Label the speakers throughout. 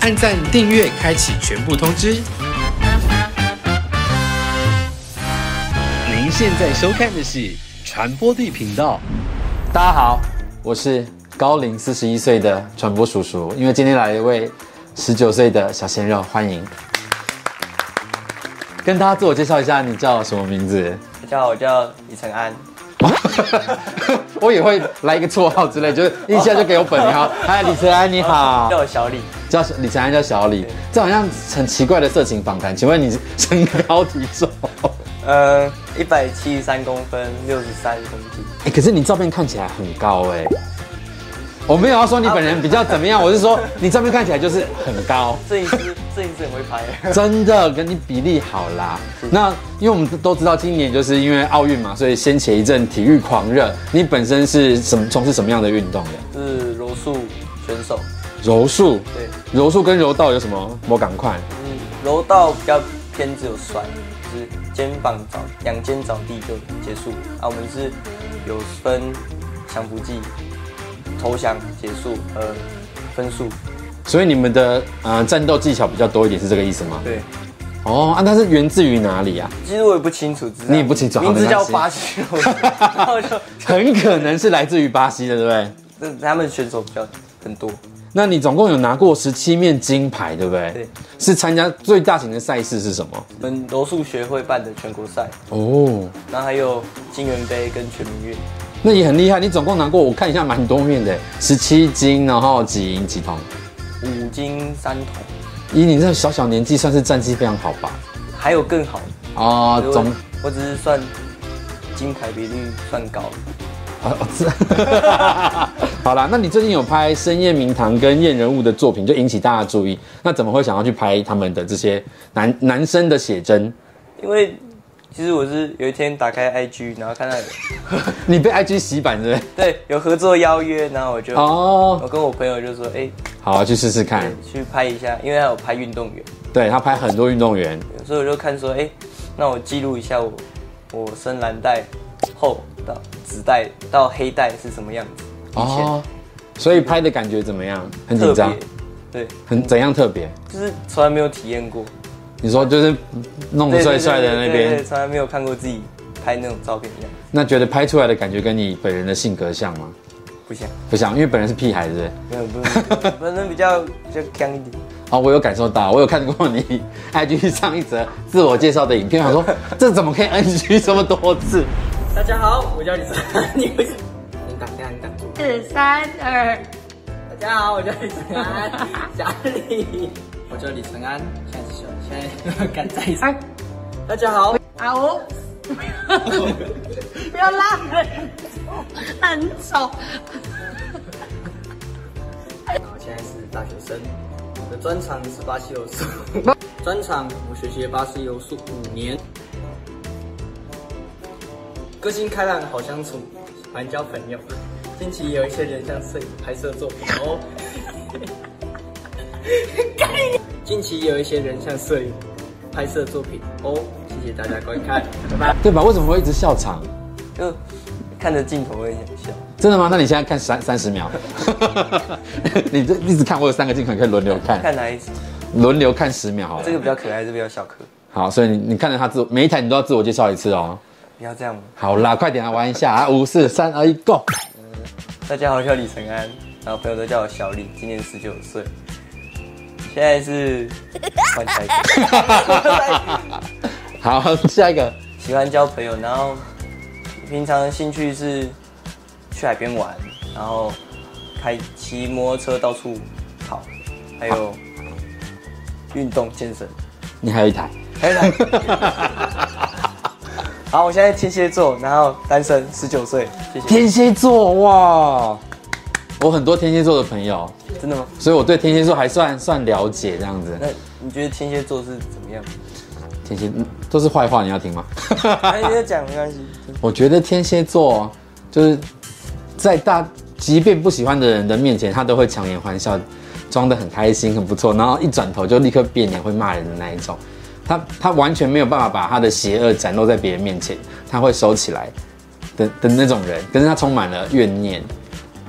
Speaker 1: 按赞、订阅、开启全部通知。您现在收看的是传播地频道。
Speaker 2: 大家好，我是高龄四十一岁的传播叔叔，因为今天来了一位十九岁的小鲜肉，欢迎。跟大家自我介绍一下，你叫什么名字？
Speaker 3: 大家好，我叫李承安。
Speaker 2: 我也会来一个绰号之类，就是一下就给我本名。好，嗨，李晨安，你好
Speaker 3: 叫，我小李，
Speaker 2: 叫李晨安，叫小李。这好像很奇怪的色情访谈，请问你 身高体重？
Speaker 3: 嗯，一百七十三公分，六十三公 斤。
Speaker 2: 哎、可是你照片看起来很高哎、我没有要说你本人比较怎么 样，我是说你照片看起来就是很高。
Speaker 3: 摄影师，摄影师很会拍。
Speaker 2: 真的跟你比例好啦。那因为我们都知道，今年就是因为奥运嘛，所以掀起一阵体育狂热。你本身是什么从事什么样的运动的？
Speaker 3: 是柔术选手，
Speaker 2: 柔术。
Speaker 3: 对，
Speaker 2: 柔术跟柔道有什么？我赶快。
Speaker 3: 嗯，柔道比较偏只有摔，就是肩膀着两肩着地就结束。啊，我们是有分降服技、投降结束和分数。
Speaker 2: 所以你们的呃战斗技巧比较多一点，是这个意思吗？
Speaker 3: 对，
Speaker 2: 哦，啊，那是源自于哪里啊？
Speaker 3: 其实我也不清楚，只是
Speaker 2: 你也不清楚好
Speaker 3: 名字
Speaker 2: 没关
Speaker 3: 叫
Speaker 2: 系
Speaker 3: 巴西 柔术，然
Speaker 2: 哦
Speaker 3: 后就
Speaker 2: 很可能是来自于巴西的，对不对？
Speaker 3: 这他们选手比较很多。
Speaker 2: 那你总共有拿过十七面金牌，对不对？
Speaker 3: 对。
Speaker 2: 是参加最大型的赛事是什么？
Speaker 3: 我们柔术学会办的全国赛，
Speaker 2: 哦，
Speaker 3: 然后还有金元杯跟全民运，
Speaker 2: 那也很厉害，你总共拿过我看一下蛮多面的，十七金，然后几银几铜。
Speaker 3: 五金三铜，
Speaker 2: 以你这小小年纪，算是战绩非常好吧？
Speaker 3: 还有更好的。
Speaker 2: 哦，
Speaker 3: 我
Speaker 2: 总
Speaker 3: 我只是算金牌比率算高，
Speaker 2: 啊，哦这呃 好啦，那你最近有拍《深夜名堂》跟《验人物》的作品，就引起大家注意。那怎么会想要去拍他们的这些男男生的写真？
Speaker 3: 因为其实我是有一天打开 IG，然后看到有
Speaker 2: 你被 IG 洗版对不对？
Speaker 3: 对有合作邀约，然后我就、
Speaker 2: 哦，哎
Speaker 3: 我跟我朋友就说，哎、
Speaker 2: 好，去试试看。
Speaker 3: 去拍一下，因为他有拍运动员，
Speaker 2: 对他拍很多运动员，
Speaker 3: 所以我就看说，哎、那我记录一下我我深蓝带后到紫带到黑带是什么样子，
Speaker 2: 哦，所以拍的感觉怎么样？很
Speaker 3: 特
Speaker 2: 紧张
Speaker 3: 别，，对。
Speaker 2: 很怎样特别？
Speaker 3: 就是从来没有体验过，
Speaker 2: 你说就是弄
Speaker 3: 对
Speaker 2: 帅帅的那
Speaker 3: 对对对
Speaker 2: 边
Speaker 3: 对，从来没有看过自己拍那种照片一样，
Speaker 2: 那觉得拍出来的感觉跟你本人的性格像吗？
Speaker 3: 不像，
Speaker 2: 不像，因为本人是屁孩，对不对？
Speaker 3: 没有，不是，反正比较比较强一点。
Speaker 2: 哦，我有感受到，我有看过你 IG 上一则自我介绍的影片，我想说这怎么可以 NG 这么多次？
Speaker 3: 大家好，我叫李晨，你们你挡下，你挡住。
Speaker 4: 四三二，
Speaker 3: 大家好，我叫李晨安，小李。我叫李晨安，现在是小，现在敢再一次。大家好，
Speaker 4: 啊哦，不要拉很很丑，
Speaker 3: 我现在是大学生，我的专长是巴西柔术，专长我学习了巴西柔术五年，个性开朗，好相处，喜欢交朋友。近期有一些人像摄影拍摄作品哦，近期有一些人像摄影拍摄作品哦，谢谢大家观看，拜拜。
Speaker 2: 对吧？为什么会一直笑场？
Speaker 3: 就嗯看着镜头会想笑，
Speaker 2: 真的吗？那你现在看三三十 秒，你这一直看，我有三个镜头你可以轮流看，
Speaker 3: 看哪一组？
Speaker 2: 轮流看十秒好了。
Speaker 3: 这个比较可爱，这个比较小颗，
Speaker 2: 好，所以你你看着他自我每一台你都要自我介绍一次哦。
Speaker 3: 不要这样。
Speaker 2: 好啦，快点来玩一下啊！五四三二一，Go！
Speaker 3: 大家好，我叫李承安，然后朋友都叫我小李，今年十九岁，现在是换下一个，
Speaker 2: 好，下一个。
Speaker 3: 喜欢交朋友，然后平常的兴趣是去海边玩，然后开骑摩托车到处跑，还有运动健身。
Speaker 2: 你还有一台，
Speaker 3: 还有哪好，我现在天蝎座，然后单身，十九岁，谢谢。
Speaker 2: 天蝎座哇！我很多天蝎座的朋友，
Speaker 3: 真的吗？
Speaker 2: 所以我对天蝎座还算算了解这样子。
Speaker 3: 那你觉得天蝎座是怎么样？
Speaker 2: 天蝎嗯都是坏话，你要听吗？
Speaker 3: 哎，你在讲没关系。
Speaker 2: 我觉得天蝎座就是在大，即便不喜欢的人的面前，他都会强颜欢笑，装得很开心，很不错，然后一转头就立刻变脸，会骂人的那一种。他他完全没有办法把他的邪恶展露在别人面前，他会收起来的的那种人，可是他充满了怨念，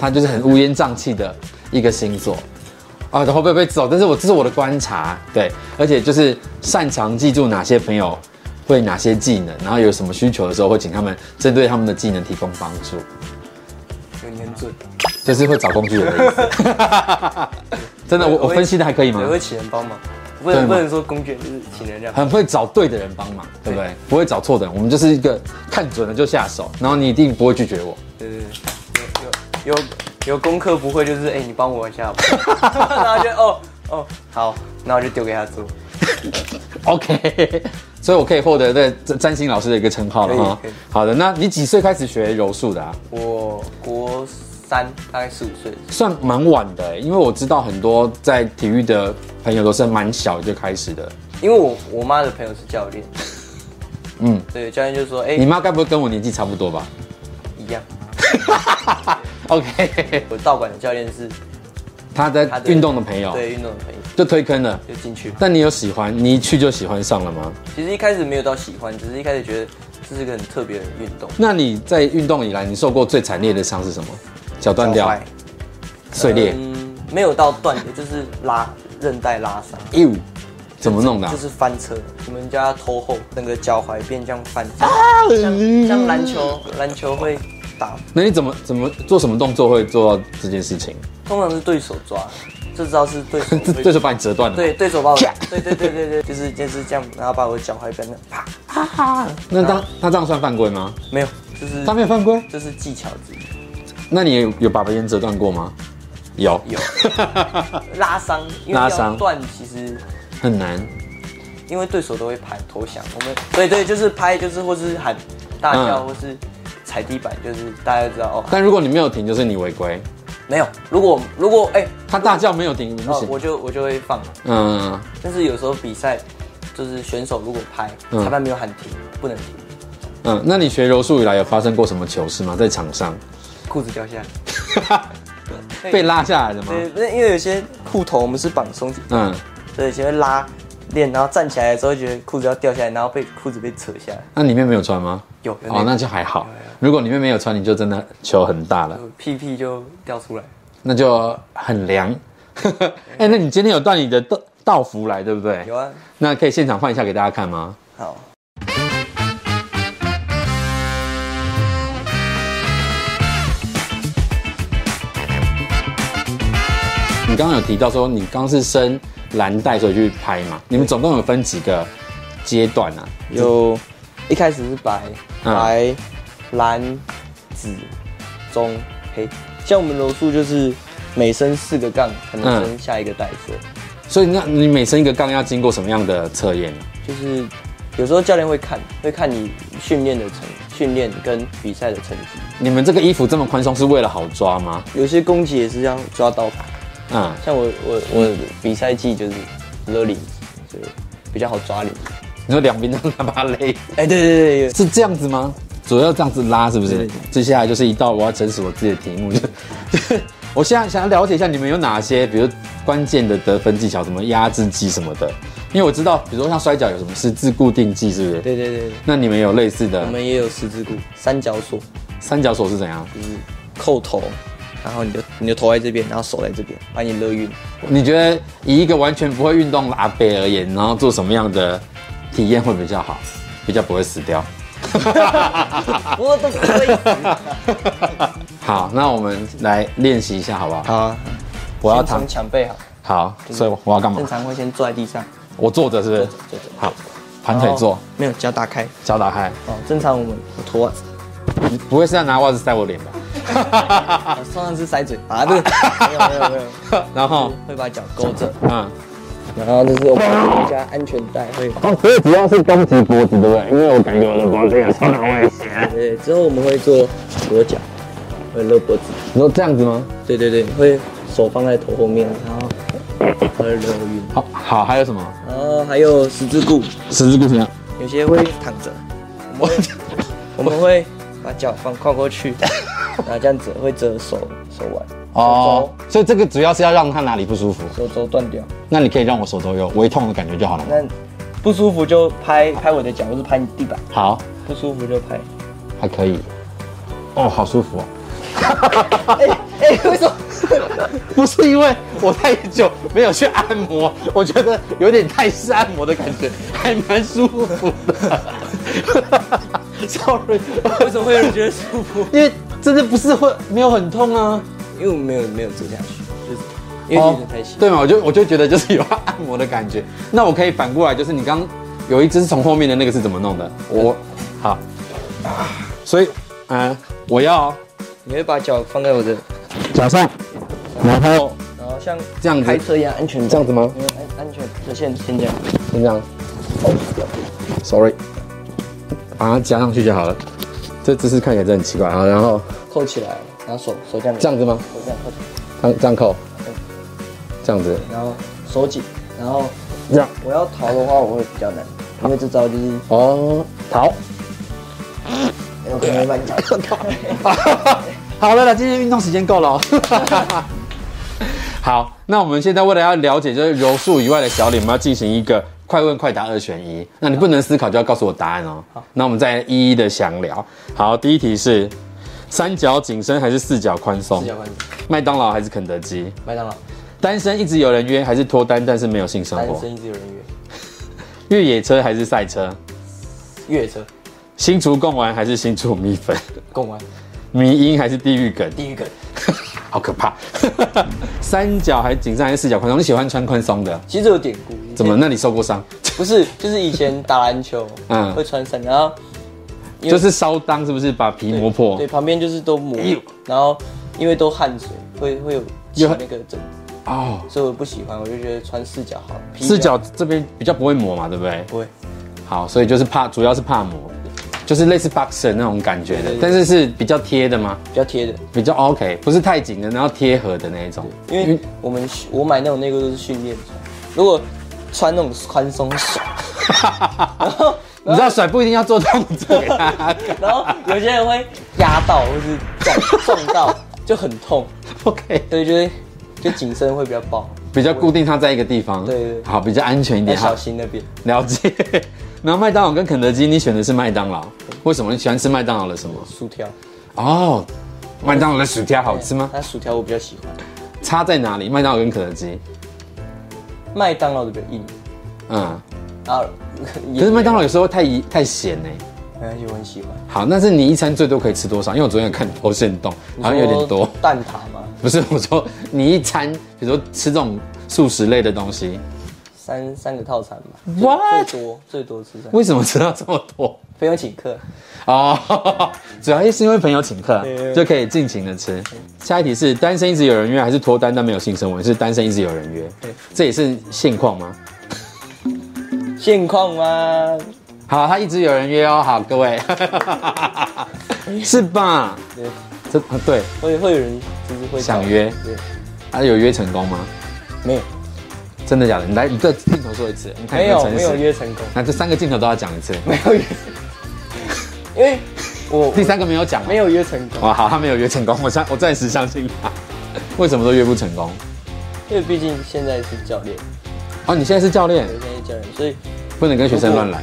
Speaker 2: 他就是很乌烟瘴气的一个星座。啊，会不会被揍？但是我这是我的观察，对，而且就是擅长记住哪些朋友会哪些技能，然后有什么需求的时候会请他们针对他们的技能提供帮助，
Speaker 3: 有年准。
Speaker 2: 就是会找工具人的 意思。真的，我我
Speaker 3: 会
Speaker 2: 分析的还可以吗
Speaker 3: 我？会请人帮忙，不
Speaker 2: 对
Speaker 3: 能
Speaker 2: 吗啊
Speaker 3: 不能说工具人就是请人这样。
Speaker 2: 很会找对的人帮忙，对不对？不会找错的人，我们就是一个看准了就下手，然后你一定不会拒绝我。
Speaker 3: 对对对，有有有有功课不会就是哎、你帮我一下好不好， 然后就哦哦好，那我就丢给他做。
Speaker 2: OK，所 以我可以获得这这占星老师的一个称号了哈
Speaker 3: 可以可以。
Speaker 2: 好的，那你几岁开始学柔术的啊？
Speaker 3: 我国三大概四五岁的时候，
Speaker 2: 算蛮晚的欸，因为我知道很多在体育的朋友都是蛮小就开始的。
Speaker 3: 因为我我妈的朋友是教练，
Speaker 2: 嗯，
Speaker 3: 对，教练就说哎、
Speaker 2: 你妈该不会跟我年纪差不多 吧
Speaker 3: 一样，
Speaker 2: ？OK，
Speaker 3: 我道馆的教练是
Speaker 2: 她
Speaker 3: 他
Speaker 2: 的
Speaker 3: 的
Speaker 2: 运动的朋友
Speaker 3: 对运动的朋友
Speaker 2: 就推坑了，
Speaker 3: 就进去。
Speaker 2: 但你有喜欢，你一去就喜欢上了吗？
Speaker 3: 其实一开始没有到喜欢，只是一开始觉得这是一个很特别的运动。
Speaker 2: 那你在运动以来，你受过最惨烈的伤是什么？脚断掉
Speaker 3: 脚、踝
Speaker 2: 碎裂，
Speaker 3: 嗯，没有到断的，就是拉韧带拉伤。
Speaker 2: 哎呦，怎么弄的啊
Speaker 3: 就？是翻车，我们家头后整个脚踝变这样翻车，
Speaker 2: 啊
Speaker 3: 像
Speaker 2: 嗯
Speaker 3: 像篮球篮球会打，
Speaker 2: 那你怎么怎么做什么动作会做到这件事情？
Speaker 3: 通常是对手抓，这招是对手
Speaker 2: 这这手把你折断了吗。
Speaker 3: 对对手把我
Speaker 2: 啪，
Speaker 3: 对对对对对，就是就是这样，然后把我脚踝变成啪，
Speaker 2: 那当
Speaker 3: 啊
Speaker 2: 那这样算犯规吗？
Speaker 3: 没有，就是
Speaker 2: 他没有犯规。
Speaker 3: 就是技巧之一，
Speaker 2: 那你有有把别人折断过吗？有，
Speaker 3: 有拉伤，因为
Speaker 2: 拉
Speaker 3: 要
Speaker 2: 伤
Speaker 3: 断其实。
Speaker 2: 很难。
Speaker 3: 因为对手都会拍投降，我们对对就是拍就是或是喊大叫、
Speaker 2: 嗯
Speaker 3: 或是踩地板，就是大家就知道哦
Speaker 2: 但如果你没有停，就是你违规。
Speaker 3: 没有，如果如果哎、
Speaker 2: 他大叫没有停，不
Speaker 3: 哦，
Speaker 2: 行。
Speaker 3: 我就我就会放，
Speaker 2: 嗯，
Speaker 3: 但是有时候比赛就是选手如果拍，
Speaker 2: 嗯
Speaker 3: 裁判没有喊停，不能停，
Speaker 2: 嗯，那你学柔术以来有发生过什么糗事吗？在场 上
Speaker 3: 裤子掉
Speaker 2: 啊
Speaker 3: 下来。
Speaker 2: 被拉下来的吗？
Speaker 3: 对，不是因为有些裤头我们是绑松紧，
Speaker 2: 嗯，
Speaker 3: 所以有些会拉链，然后站起来的时候觉得裤子要掉下来，然后被裤子被扯下来，
Speaker 2: 那里面没有穿吗？
Speaker 3: 有有
Speaker 2: 哦，那就还好。如果里面没有穿，你就真的球很大了，
Speaker 3: 有屁屁就掉出来，
Speaker 2: 那就很凉。 哎、那你今天有带你的道道服来，对不对？
Speaker 3: 有啊，
Speaker 2: 那可以现场换一下给大家看吗？
Speaker 3: 好，
Speaker 2: 你刚刚有提到说你刚是升蓝带所以去拍嘛？你们总共有分几个阶段啊？
Speaker 3: 有一开始是白
Speaker 2: 嗯
Speaker 3: 白蓝紫棕黑，像我们柔术就是每升四个杠才能
Speaker 2: 嗯
Speaker 3: 升下一个带色。
Speaker 2: 所以那你每升一个杠要经过什么样的测验呢？
Speaker 3: 就是有时候教练会看，会看你训练的成训练跟比赛的成绩。
Speaker 2: 你们这个衣服这么宽松是为了好抓吗？
Speaker 3: 有些攻击也是这样抓到打，
Speaker 2: 嗯，
Speaker 3: 像我我我比赛技就是勒领，所以比较好抓领。
Speaker 2: 你说两边让他把它勒，
Speaker 3: 哎、对对对 对，
Speaker 2: 是这样子吗？主要这样子拉是不
Speaker 3: 对
Speaker 2: 是
Speaker 3: 对？
Speaker 2: 接下来就是一道我要整死我自己的题目，就 我现在想要了解一下你们有哪些，比如关键的得分技巧，什么压制技什么的。因为我知道，比如说像摔跤有什么十字固定技，是不是？
Speaker 3: 对对对，
Speaker 2: 那你们有类似的？
Speaker 3: 我们也有十字固、三角锁，
Speaker 2: 三角锁是怎样？
Speaker 3: 就是扣头，然后你就你就头在这边，然后手在这边，把你勒晕。
Speaker 2: 你觉得以一个完全不会运动的阿伯而言，然后做什么样的体验会比较好，比较不会死掉？
Speaker 3: 我都不会死。
Speaker 2: 好，那我们来练习一下，好不好？
Speaker 3: 好啊，
Speaker 2: 我要
Speaker 3: 先
Speaker 2: 躺
Speaker 3: 从，抢背好，
Speaker 2: 好，所以我要干嘛
Speaker 3: 正？常会先坐在地上，
Speaker 2: 我坐着是不是？
Speaker 3: 坐着。
Speaker 2: 好，盘腿坐，，
Speaker 3: 没有脚打开。
Speaker 2: 脚打开。
Speaker 3: 哦，正常我们我脱袜子，
Speaker 2: 你不会是要拿袜子塞我脸吧？
Speaker 3: 啊我上上是塞嘴 巴的，没有没有没有，
Speaker 2: 然后，
Speaker 3: 会把脚勾着，
Speaker 2: 嗯，
Speaker 3: 哦然后就是我们加安全带，会，
Speaker 5: 哦所以主要是攻击脖子，对不对？因为我感觉我的脖子也受到威胁。
Speaker 3: 对，之后我们会做裸脚，会勒脖子，
Speaker 2: 你说这样子吗？
Speaker 3: 对对对，会手放在头后面，然后会勒晕，
Speaker 2: 好，好，还有什么？
Speaker 3: 然后还有十字固，
Speaker 2: 十字固啊定。
Speaker 3: 有些会躺着，我们会我们会把脚放跨过去，然后这样子会折手手腕，
Speaker 2: 哦，所以这个主要是要让他哪里不舒服。
Speaker 3: 手肘断掉，
Speaker 2: 那你可以让我手肘有微痛的感觉就好了吗？
Speaker 3: 那不舒服就拍拍我的脚，或是拍你地板，
Speaker 2: 好，
Speaker 3: 不舒服就拍。
Speaker 2: 还可 以。哦，好舒服哦。
Speaker 3: 哎哎、为什么？
Speaker 2: 不是因为我太久没有去按摩，我觉得有点泰式按摩的感觉，还蛮舒服 的。Sorry，
Speaker 3: 为什么会有人觉得舒服？
Speaker 2: 因为真的不是会没有很痛啊。
Speaker 3: 因为我没有没有做下去，就是因为觉得太细。
Speaker 2: 哦对嘛？我就我就觉得就是有按摩的感觉。那我可以反过来，就是你刚有一只是从后面的那个是怎么弄的？我好，所以嗯、我要
Speaker 3: 你会把脚放在我的，
Speaker 5: 脚上，然后
Speaker 3: 然后像
Speaker 2: 这样子
Speaker 3: 开车一样安全
Speaker 2: 这样子吗？
Speaker 3: 没有安安全的线先这样。
Speaker 2: 先这样。Sorry，把它加上去就好了。这姿势看起来真的很奇怪啊。然后
Speaker 3: 扣起来，然后手手这样
Speaker 2: 这样子吗？
Speaker 3: 手这样扣起来，
Speaker 2: 这样这样扣，这样子。
Speaker 3: 然后手紧，然后
Speaker 5: 这样
Speaker 3: 我要逃的话我会比较难，因为这招就是
Speaker 2: 哦，好。哎
Speaker 3: 我可能会把你脚
Speaker 2: 好了啦，今天运动时间够了、哦。 好，那我们现在为了要了解就是柔术以外的小脸，我们要进行一个快问快答二选一。那你不能思考就要告诉我答案哦。好，那我们再一一的详聊。好，第一题是三角紧身还是四角宽松
Speaker 3: 四？角关节。
Speaker 2: 麦当劳还是肯德基？
Speaker 3: 麦当劳
Speaker 2: 单身一直有人约还是脱单但是没有性生
Speaker 3: 单
Speaker 2: 活？
Speaker 3: 身一直有人约，
Speaker 2: 越野车还是赛车？
Speaker 3: 越野车
Speaker 2: 新竹贡丸还是新竹米粉？
Speaker 3: 共玩
Speaker 2: 迷音还是地狱 梗？
Speaker 3: 地狱梗。
Speaker 2: 好可怕！ 三角还紧身还是四角宽松？你喜欢穿宽松的？
Speaker 3: 其实这有典故，
Speaker 2: 怎么？那你受过伤？
Speaker 3: 不是，就是以前打篮球，
Speaker 2: 嗯
Speaker 3: 嗯，会穿三角，然后因为
Speaker 2: 就是烧裆是不是？把皮磨破
Speaker 3: 对，？旁边就是都磨
Speaker 2: 哎呦，
Speaker 3: 然后因为都汗水，会会有起
Speaker 2: 有汗
Speaker 3: 那个疹，
Speaker 2: 哦，
Speaker 3: 所以我不喜欢，我就觉得穿四角好了。皮
Speaker 2: 四角这边比较不会磨嘛，对不对？
Speaker 3: 不会，
Speaker 2: 好，所以就是怕，主要是怕磨，就是类似 boxer 那种感觉的
Speaker 3: 对，对对
Speaker 2: 但是是比较贴的吗？
Speaker 3: 比较贴的，
Speaker 2: 比较哦 OK，不是太紧的，然后贴合的那一 种。
Speaker 3: 因为我们我买那种内裤都是训练穿，如果穿那种宽松爽，然后
Speaker 2: 你知道甩不一定要做动作给大 家看
Speaker 3: 然后有些人会压到或是撞撞到就很痛，
Speaker 2: ，OK，
Speaker 3: 所以就会就紧身会比较爆，
Speaker 2: 比较固定它在一个地方，
Speaker 3: 对对对
Speaker 2: 好，比较安全一
Speaker 3: 要
Speaker 2: 点，
Speaker 3: 小
Speaker 2: 好，
Speaker 3: 心那边。
Speaker 2: 了解。 然后麦当劳跟肯德基，你选的是麦当劳，为什么？你喜欢吃麦当劳的什么？
Speaker 3: 薯条
Speaker 2: 哦，麦当劳的薯条好吃吗？
Speaker 3: 那薯条我比较喜欢，
Speaker 2: 差在哪里？麦当劳跟肯德基，
Speaker 3: 麦当劳的比较硬
Speaker 2: 嗯，
Speaker 3: 啊，
Speaker 2: 可是麦当劳有时候太一太咸欸呢、
Speaker 3: 没关系，我很喜欢。
Speaker 2: 好，那是你一餐最多可以吃多少？因为我昨天有看你剖线洞，好像有点 多。
Speaker 3: 蛋挞嘛，
Speaker 2: 不是我说你一餐，比如说吃这种素食类的东西，
Speaker 3: 三三个套餐嘛
Speaker 2: What？
Speaker 3: 最多最多吃三个，
Speaker 2: 为什么吃到这么多？
Speaker 3: 不用请客。
Speaker 2: 哦，主要是因为朋友请客
Speaker 3: 对
Speaker 2: 就可以尽情的吃。下一题是单身一直有人约，还是脱单但没有性生活？是单身一直有人约
Speaker 3: 对，
Speaker 2: 这也是现况吗？
Speaker 3: 现况吗？
Speaker 2: 好，他一直有人约哦。好，各 位，是吧？
Speaker 3: 对，
Speaker 2: 这啊对
Speaker 3: 会会有人就是会
Speaker 2: 想约
Speaker 3: 对，
Speaker 2: 啊，有约成功吗？
Speaker 3: 没有
Speaker 2: 真的假的？你来，你对镜头说一次，你看
Speaker 3: 没
Speaker 2: 有
Speaker 3: 有
Speaker 2: 没有
Speaker 3: 没
Speaker 2: 诚
Speaker 3: 有
Speaker 2: 实？
Speaker 3: 约成功，
Speaker 2: 那这三个镜头都要讲一次，
Speaker 3: 没有约， 因为 我
Speaker 2: 第三个没有讲吗，啊
Speaker 3: 没有约成功，
Speaker 2: 哇，好，他没有约成功，我相我暂时相信他。为什么都约不成功？
Speaker 3: 因为毕竟现在是教练，
Speaker 2: 哦，你现在是教练
Speaker 3: 我，现在是教练，所以
Speaker 2: 不能跟学生乱来。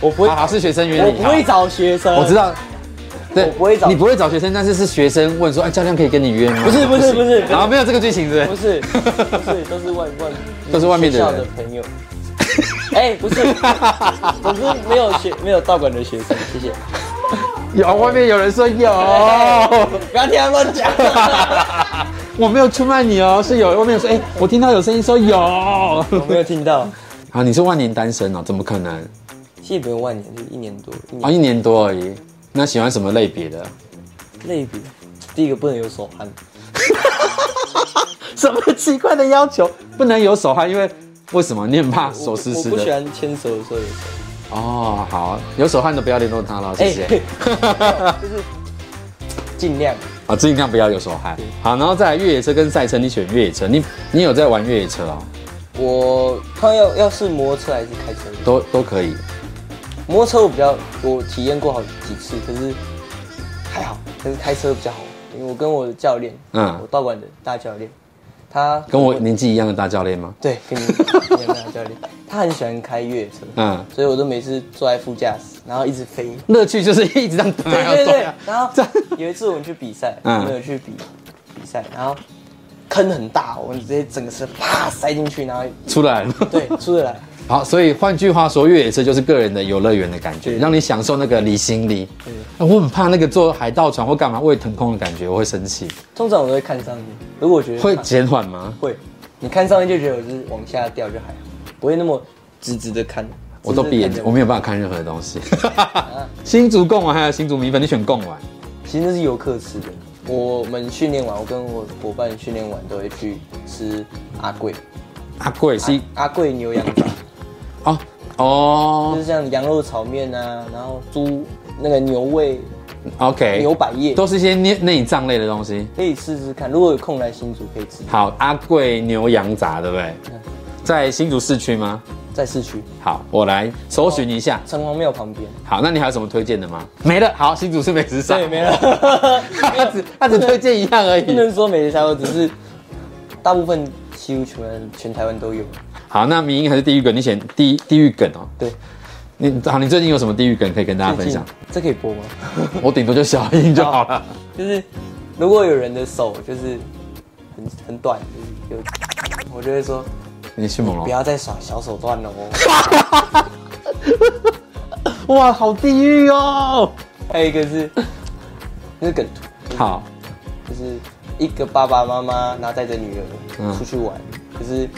Speaker 3: 我不会
Speaker 2: 好好是学生约
Speaker 3: 我
Speaker 2: 你，
Speaker 3: 不会
Speaker 2: 好
Speaker 3: 找学生，
Speaker 2: 我知。道。对，
Speaker 3: 我不会找
Speaker 2: 你不会找学生，但是是学生问说，哎，教练可以跟你约吗？
Speaker 3: 不是不是不是
Speaker 2: 然后没有这个剧情是
Speaker 3: 不
Speaker 2: 不是？
Speaker 3: 是，不是，都是外外，
Speaker 2: 都是外面的
Speaker 3: 学校
Speaker 2: 人
Speaker 3: 的朋友。哎、不是，我是没有学没有道馆的学生，谢谢。
Speaker 2: 有，外面有人说有，
Speaker 3: 不要听他乱讲。
Speaker 2: 我没有出卖你哦，是有外面有说，哎，我听到有声音说有。
Speaker 3: 我没有听到，
Speaker 2: 啊，你是万年单身哦？怎么可能？
Speaker 3: 其实不用万年，就一年多，一
Speaker 2: 啊，
Speaker 3: 年
Speaker 2: 一年多而已。那喜欢什么类别的？
Speaker 3: 类比。第一个不能有手汗，
Speaker 2: 什么奇怪的要求？不能有手汗，因为为什么？你很怕
Speaker 3: 我
Speaker 2: 嗯手湿湿
Speaker 3: 我不喜
Speaker 2: 的。
Speaker 3: 欢牵手的时候有手。
Speaker 2: 哦，好，有手汗的不要联络他了，谢
Speaker 3: 哎、
Speaker 2: 谢。
Speaker 3: 就是尽量
Speaker 2: 啊，尽量不要有手汗。好，然后再来越野车跟赛车，你选越野车，你你有在玩越野车哦？
Speaker 3: 我看要要是摩托车还是开车，
Speaker 2: 都都可以。
Speaker 3: 摩托车我比较我体验过好几次，可是还好，可是开车比较好，因为我跟我的教练，
Speaker 2: 嗯
Speaker 3: 嗯，我道馆的大教练，他
Speaker 2: 跟我年纪一样的大教练吗？
Speaker 3: 对跟你一样大教练，他很喜欢开越野车，
Speaker 2: 嗯，
Speaker 3: 所以我都每次坐在副驾驶，然后一直飞。
Speaker 2: 乐趣就是一直这样等
Speaker 3: 对
Speaker 2: 啊，
Speaker 3: 对
Speaker 2: 对
Speaker 3: 对
Speaker 2: 啊，
Speaker 3: 然后
Speaker 2: 这样
Speaker 3: 有一次我们去比赛，
Speaker 2: 嗯
Speaker 3: 我们有去比比赛，然后坑很大，我们直接整个车啪塞进去，然后
Speaker 2: 出来了。
Speaker 3: 对出得来，
Speaker 2: 好，所以换句话说，越野车就是个人的游乐园的感觉，
Speaker 3: 对嗯
Speaker 2: 让你享受那个离心力。啊我很怕那个坐海盗船或干嘛会腾空的感觉，我会生气。
Speaker 3: 通常我都会看上面，如果我觉得
Speaker 2: 会
Speaker 3: 怕
Speaker 2: 减缓吗？
Speaker 3: 会，你看上面就觉得我就是往下掉就还好，不会那么直直的看。
Speaker 2: 我都闭眼睛，我没
Speaker 3: 有。
Speaker 2: 有办法看任何东 西。新竹贡丸还有新竹米粉，你选贡丸。
Speaker 3: 其实那是游客吃的。我们训练完，我跟我伙伴训练完都会去吃阿贵，
Speaker 2: 阿贵啊是一
Speaker 3: 阿贵牛羊杂，
Speaker 2: 哦
Speaker 3: 就
Speaker 2: 哦
Speaker 3: 是像羊肉炒面啊，然后猪那个牛胃、
Speaker 2: ，OK，
Speaker 3: 牛百叶
Speaker 2: 都是一些内内脏类的东西。
Speaker 3: 可以试试看，如果有空来新竹可以吃，
Speaker 2: 好，阿贵牛羊杂，对不对？在新竹市区吗？
Speaker 3: 在市区
Speaker 2: 好，我来搜寻一下。
Speaker 3: 城隍庙旁边。
Speaker 2: 好，那你还有什么推荐的吗？没了。好，新竹市美食沙。
Speaker 3: 对， 没。了，
Speaker 2: 他 只他只推荐一样而
Speaker 3: 不
Speaker 2: 已。
Speaker 3: 能说美食沙，我只是大部分几乎全全台湾都有。
Speaker 2: 好，那民音还是地狱梗？你选地地狱梗哦。
Speaker 3: 对，
Speaker 2: 你好，你最近有什么地狱梗可以跟大家分享？
Speaker 3: 这可以播吗？
Speaker 2: 我顶多就小音就好了。
Speaker 3: 就是如果有人的手就是很很短，就是有，我就会说
Speaker 2: 你迅猛
Speaker 3: 不
Speaker 2: 龙。
Speaker 3: 要再耍小手段了哦。
Speaker 2: 哇，好地狱哦！
Speaker 3: 还有一个是，就是梗图，
Speaker 2: 好，
Speaker 3: 就是一个爸爸妈妈然后带着女
Speaker 2: 嗯
Speaker 3: 儿出去玩，可是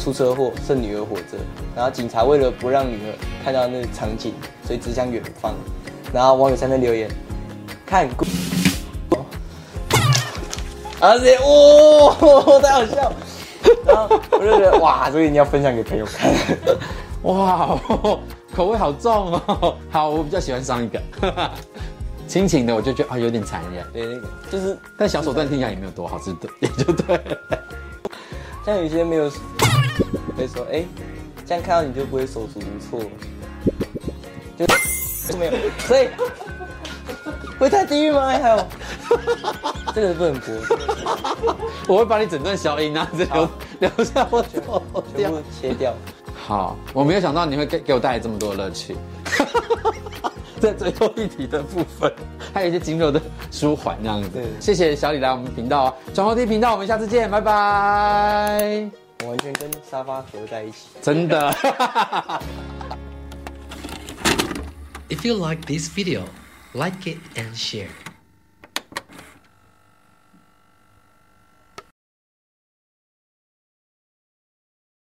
Speaker 3: 出车祸剩女儿活着，然后警察为了不让女儿看到那个场景，所以指向远方，然后网友下面留言，看，然后直接哦， 太好笑，然后我就觉得哇，这个一定要分享给朋友看，
Speaker 2: 哇，口味好重哦。 好，我比较喜欢上一个， 亲情的我就觉得啊有点残忍，
Speaker 3: 对，那个就是
Speaker 2: 但小手段听起来也没有多好吃的，也就对 了。
Speaker 3: 像有一些没有，会说哎、这样看到你就不会手足无措，就没有，所以会太地狱吗？还有，这个不能播，
Speaker 2: 我会把你整段消音啊，直接 留留下我走
Speaker 3: 全
Speaker 2: 掉
Speaker 3: 部。切掉。
Speaker 2: 好，我没有想到你会给给我带来这么多的乐趣， 在最后一题的部分， 还有一些经肉的舒缓这样子
Speaker 3: 对。
Speaker 2: 谢谢小李来我们频道啊，转播地频道，我们下次见，拜拜。
Speaker 3: 我完全跟沙发合在一起。
Speaker 2: 真 的。
Speaker 1: If you like this video, like it and share.